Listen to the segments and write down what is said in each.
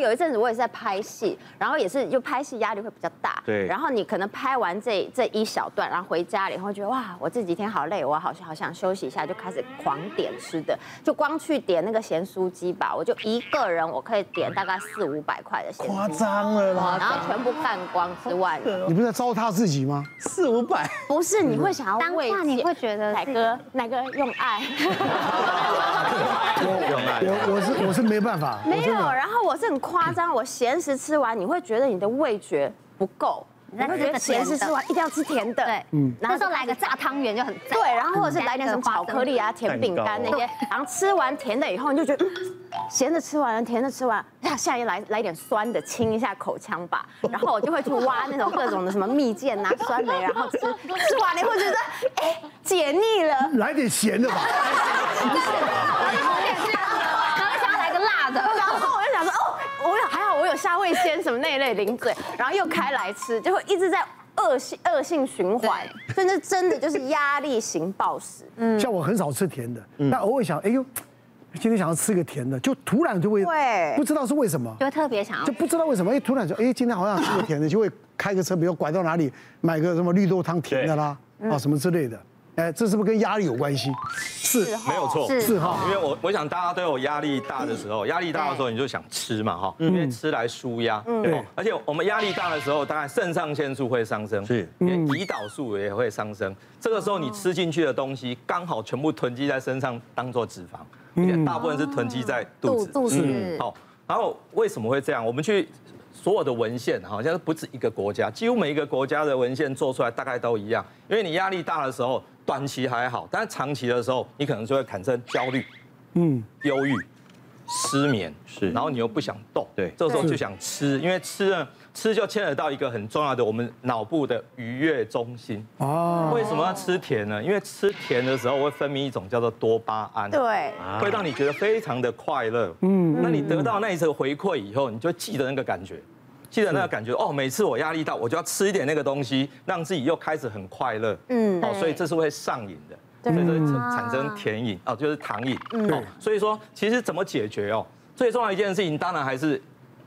有一阵子我也是在拍戏，然后也是就拍戏压力会比较大，对然后你可能拍完这这一小段，然后回家了以后觉得哇，我这几天好累，我好好想休息一下，就开始狂点吃的，就光去点那个咸酥鸡吧，我就一个人我可以点大概四五百块的咸夸酥鸡，张了啦！然后全部干光之 外，你不是在糟蹋自己吗？四五百，不是你会想要当慰下你藉会觉得奶是哥奶哥用 爱。 用来我我是我是哎没办 法，没有，然后我是很夸张， 我咸食吃完，你会觉得你的味觉不够，你再会吃觉个得甜咸食的吃完一定要吃甜的，对，嗯，那时候来个炸汤圆就很赞对，然后或者是来点什么巧克力啊、甜饼干那 些蛋，然后吃完甜的以后，你就觉得。嗯咸的吃完了，甜的吃完，呀，下一来来点酸的，清一下口腔吧。然后我就会去挖那种各种的什么蜜饯啊、酸梅，然后吃，吃完了以后觉得，哎，解腻了。来点咸的吧。然后想要来个辣的，然后我就想说，哦，我有还好，我有虾味鲜什么那一类零嘴，然后又开来吃，就会一直在恶性恶性循环，所以那真的就是压力型暴食。像我很少吃甜的，但偶尔想，哎呦，今天想要吃个甜的，就突然就会对，不知道是为什么，就会特别想要就。不知道为什么，哎，突然就，哎，今天好像吃个甜的，就会开个车，比如拐到哪里买个什么绿豆汤甜的啦，啊什么之类的，哎，这是不是跟压力有关系？是没有哦错，是哈，因为我我想大家都有压力大的时候，压力大的时候你就想吃嘛哈，因为吃来舒压， 嗯对。而且我们压力大的时候，当然肾上腺素会上升，是因为胰岛素也会上升。这个时候你吃进去的东西刚好全部囤积在身上，当做脂肪，而且大部分是囤积在肚子。肚子嗯好，然后为什么会这样？我们去所有的文献，好像不止一个国家，几乎每一个国家的文献做出来大概都一样。因为你压力大的时候，短期还好，但是长期的时候，你可能就会产生焦虑、嗯、忧郁、失眠，是然后你又不想动，对这时候就想吃，因为吃呢，吃就牵扯到一个很重要的我们脑部的愉悦中心。哦，为什么要吃甜呢？因为吃甜的时候会分泌一种叫做多巴胺，对，会让你觉得非常的快乐。嗯，那你得到那一次回馈以后，你就记得那个感觉，记得那个感觉。哦，每次我压力大，我就要吃一点那个东西，让自己又开始很快乐。嗯嗯，哦，所以这是会上瘾的，所以这是产生甜瘾哦，就是糖瘾。哦，所以说其实怎么解决哦，最重要一件事情，当然还是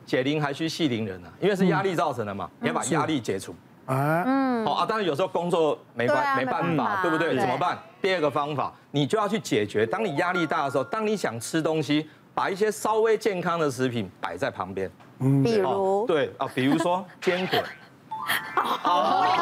解铃还须系铃人啊，因为是压力造成的嘛，你要把压力解除。啊，哦啊，当然有时候工作没嗯办、对啊没办没办法法，对不对？对怎么办？第二个方法，你就要去解决。当你压力大的时候，当你想吃东西，把一些稍微健康的食品摆在旁边。比哦如对啊，比如说 坚果。哦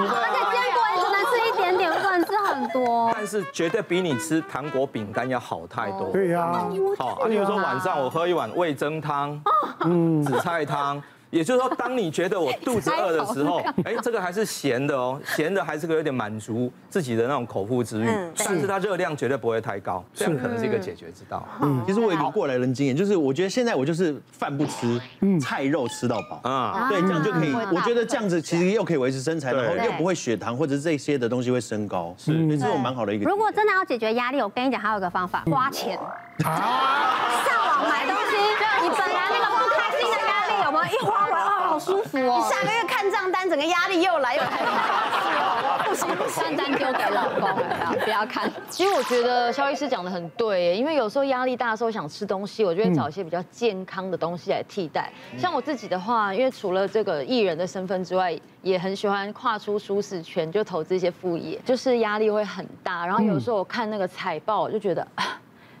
而且 坚果也只能吃一点点，不能吃很多。但是绝对比你吃糖果饼干要好太多。对呀，好，啊，例如说晚上我喝一碗味增汤，嗯，紫菜汤。也就是说，当你觉得我肚子饿的时候，哎，这个还是咸的哦，咸的还是个有点满足自己的那种口腹之欲嗯，但是它热量绝对不会太高，这样可能是一个解决之道。其实我有一个过来人经验，就是我觉得现在我就是饭不吃，菜肉吃到饱。嗯啊，对，这样就可以不会大。我觉得这样子其实又可以维持身材，对然后又不会血糖或者这些的东西会升高，是，所以这是我蛮好的一个经验。如果真的要解决压力，我跟你讲，还有一个方法，花钱。上网买东西，你本来那个不开心的压力有没有？一花完啊，好舒服哦。下个月看账单，整个压力又来又来，不行不单行，单丢给老公，不要看。其实我觉得肖医师讲的很对耶，因为有时候压力大的时候想吃东西，我就会找一些比较健康的东西来替代。像我自己的话，因为除了这个艺人的身份之外，也很喜欢跨出舒适圈，就投资一些副业，就是压力会很大。然后有时候我看那个财报，我就觉得。啊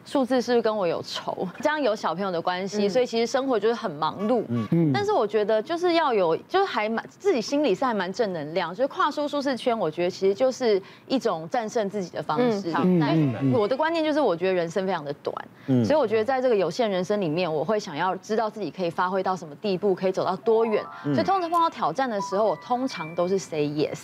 数字是不是跟我有仇？这样有小朋友的关系，所以其实生活就是很忙碌。嗯但是我觉得就是要有，就是还蛮自己心里是还蛮正能量，就是跨出舒适圈，我觉得其实就是一种战胜自己的方式。因为我的观念就是，我觉得人生非常的短，所以我觉得在这个有限人生里面，我会想要知道自己可以发挥到什么地步，可以走到多远。所以通常碰到挑战的时候，我通常都是 say yes。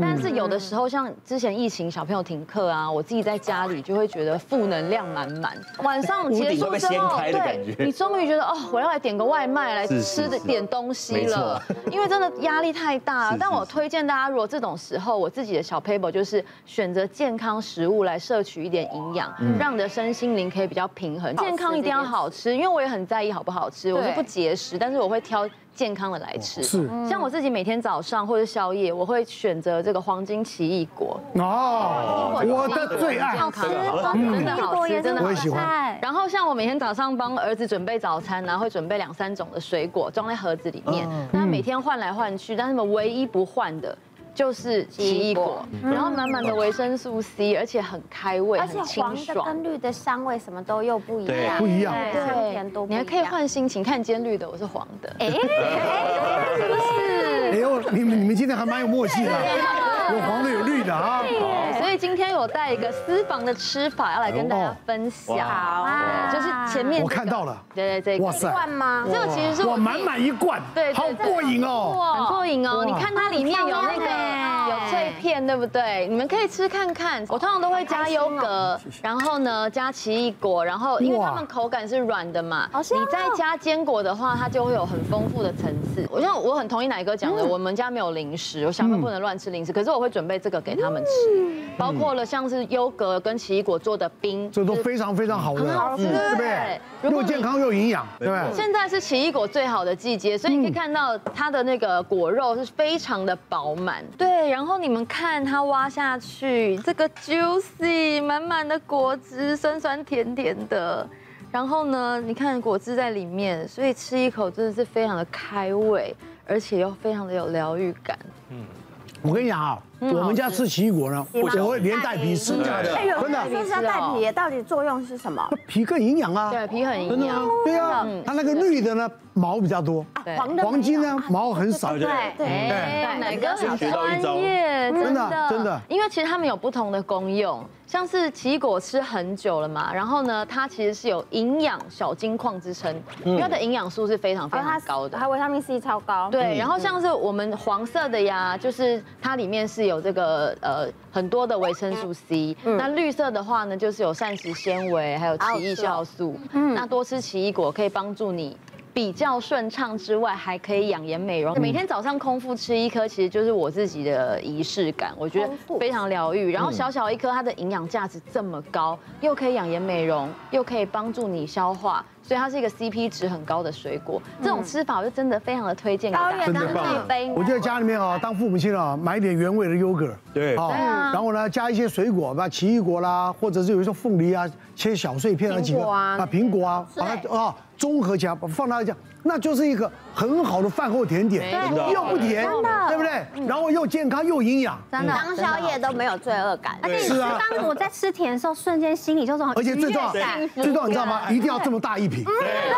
但是有的时候，像之前疫情，小朋友停课啊，我自己在家里就会觉得负能量满满。晚上结束 屋顶会被之掀后，开的感觉对，你终于觉得哦，我要来点个外卖来是吃的是点东西没错了，因为真的压力太大是了是。但我是推荐大家，如果这种时候，我自己的小 paper 就是选择健康食物来摄取一点营养，嗯让你的身心灵可以比较平衡。健康一定要好吃，因为我也很在意好不好吃，我是对不节食，但是我会挑健康的来吃。哦是像我自己每天早上或者宵夜，我会选择这个黄金奇异果，哦，我的最爱。嗯好吃，真的好吃，真的我好也吃。喜嗯欢然后像我每天早上帮儿子准备早餐然后会准备两三种的水果装在盒子里面，嗯那每天换来换去，但是我唯一不换的。就是奇异果，嗯然后满满的维生素 C，而且很开胃，而很且清黄的爽跟。绿的香味什么都又不一样，对不一样对香甜都不你一样哎还可以换心情，看今天绿的，我是黄的。哎呦，你们你们今天还蛮有默契的，有黄的有绿的啊。 所以今天我带一个私房的吃法要来跟大家分享，哇就是前哎面这个我看到了对对对，哇塞，换吗？这个其实是哇，我自己满满一罐，对对好过瘾哦。很过瘾哦！你看它里面有那漂亮个哎有脆片，对不对？你们可以吃看看。欸哦我通常都会加优格，然后呢加奇异果，然后因为哇它们口感是软的嘛，好香哦你再加坚果的话，它就会有很丰富的层次。我像我很同意奶哥讲的，我们家没有零食，我小朋友不能乱吃零食，可是我会准备这个给他们吃，包括了像是优格跟奇异果做的冰，这都就是非常非常好的，很好吃对不对对？如果又你健康又营养，对不对？现在是奇异果最好的季节，所以你可以看到它的那个果肉是非常的饱满。对，然后你们看它挖下去，这个 juicy 满满的果汁，酸酸甜甜的。然后呢，你看果汁在里面，所以吃一口真的是非常的开胃，而且又非常的有疗愈感。我跟你讲啊，嗯我们家吃奇异果呢，我会连带皮吃，假的哎，有人真说是要带皮，到底作用是什么？皮更营养啊。对，皮很营养。嗯对啊，它那个绿的呢毛比较多，对黄的黄金呢毛很少。对对，哎，奶哥很学到一招专业，真的真的因为其实他们有不同的功用，像是奇异果吃很久了嘛，然后呢，它其实是有营养小金矿之称，嗯因为它的营养素是非常非然后哦常它高的还。有维他命 C 超高。嗯对，然后像是我们黄色的呀，就是它里面是有这个呃很多的维生素 C。那绿色的话呢，就是有膳食纤维，还有奇异酵素。那多吃奇异果可以帮助你。比较顺畅之外，还可以养颜美容。每天早上空腹吃一颗，其实就是我自己的仪式感，我觉空腹得非常疗愈。然后小小一颗，它的营养价值这么高，又可以养颜美容，又可以帮助你消化，所以它是一个 CP 值很高的水果。这种吃法我就真的非常的推荐给大家。高远真的刚棒那一杯应该，我觉得家里面啊，当父母亲啊，买一点原味的优格，对啊，然后呢加一些水果，把奇异果啦，或者是有一种凤梨啊，切小碎片啊几个苹果啊啊，苹果啊，把它啊综合起来，把放到一起，那就是一个很好的饭后甜点，真的又不甜，对不对？然后又健康又营养，真的当宵夜都没有罪恶感。而且你是吃啊当我在吃甜的时候，瞬间心里就这种而且最重要，愉悦感最重要你知道吗？一定要这么大一瓶，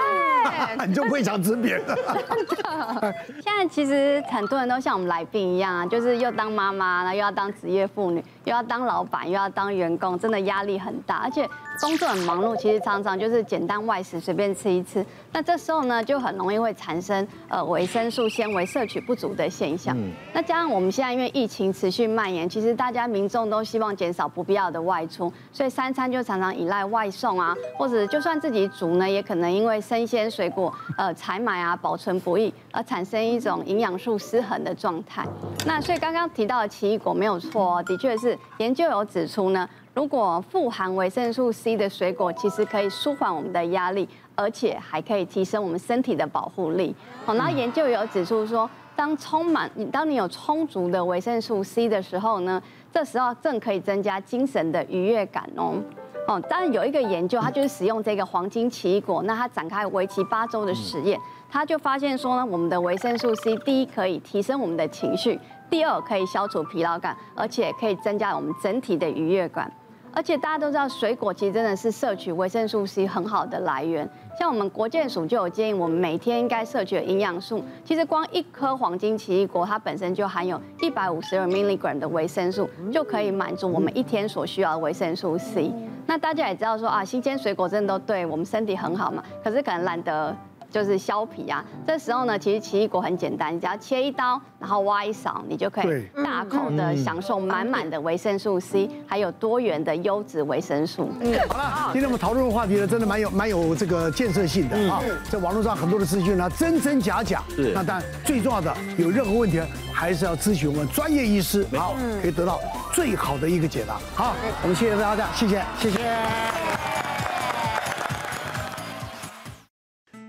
你就不会想吃别的。现在其实很多人都像我们来宾一样啊，就是又当妈妈，然后又要当职业妇女，又要当老板，又要当员工，真的压力很大，而且工作很忙碌。其实常常就是简单外食随便吃一吃，那这时候呢就很容易会产生呃维生素纤维摄取不足的现象。嗯那加上我们现在因为疫情持续蔓延，其实大家民众都希望减少不必要的外出，所以三餐就常常依赖外送啊，或者就算自己煮呢，也可能因为生鲜水果呃采买啊保存不易，而产生一种营养素失衡的状态。那所以刚刚提到的奇异果没有错、哦，的确是研究有指出呢，如果富含维生素 C 的水果，其实可以舒缓我们的压力，而且还可以提升我们身体的保护力。好，然后研究有指出说，当充满你当你有充足的维生素 C 的时候呢，这时候正可以增加精神的愉悦感哦。哦，当然有一个研究，它就是使用这个黄金奇异果，那它展开为期八周的实验，它就发现说呢，我们的维生素 C 第一可以提升我们的情绪，第二可以消除疲劳感，而且可以增加我们整体的愉悦感。而且大家都知道，水果其实真的是摄取维生素 C 很好的来源。像我们国健署就有建议，我们每天应该摄取的营养素，其实光一颗黄金奇异果，它本身就含有一百五十二 milligram 的维生素，就可以满足我们一天所需要的维生素 C。那大家也知道说啊，新鲜水果真的都对我们身体很好嘛，可是可能懒得就是削皮啊。这时候呢，其实奇异果很简单，你只要切一刀，然后挖一勺，你就可以对大口的享受满满的维生素 C，还有多元的优质维生素。今天我们讨论的话题呢，真的蛮有蛮有这个建设性的啊。在网络上很多的资讯呢，真真假假。是那当然，最重要的有任何问题还是要咨询我们专业医师，好，可以得到最好的一个解答。好，我们谢谢大家，谢谢，谢谢。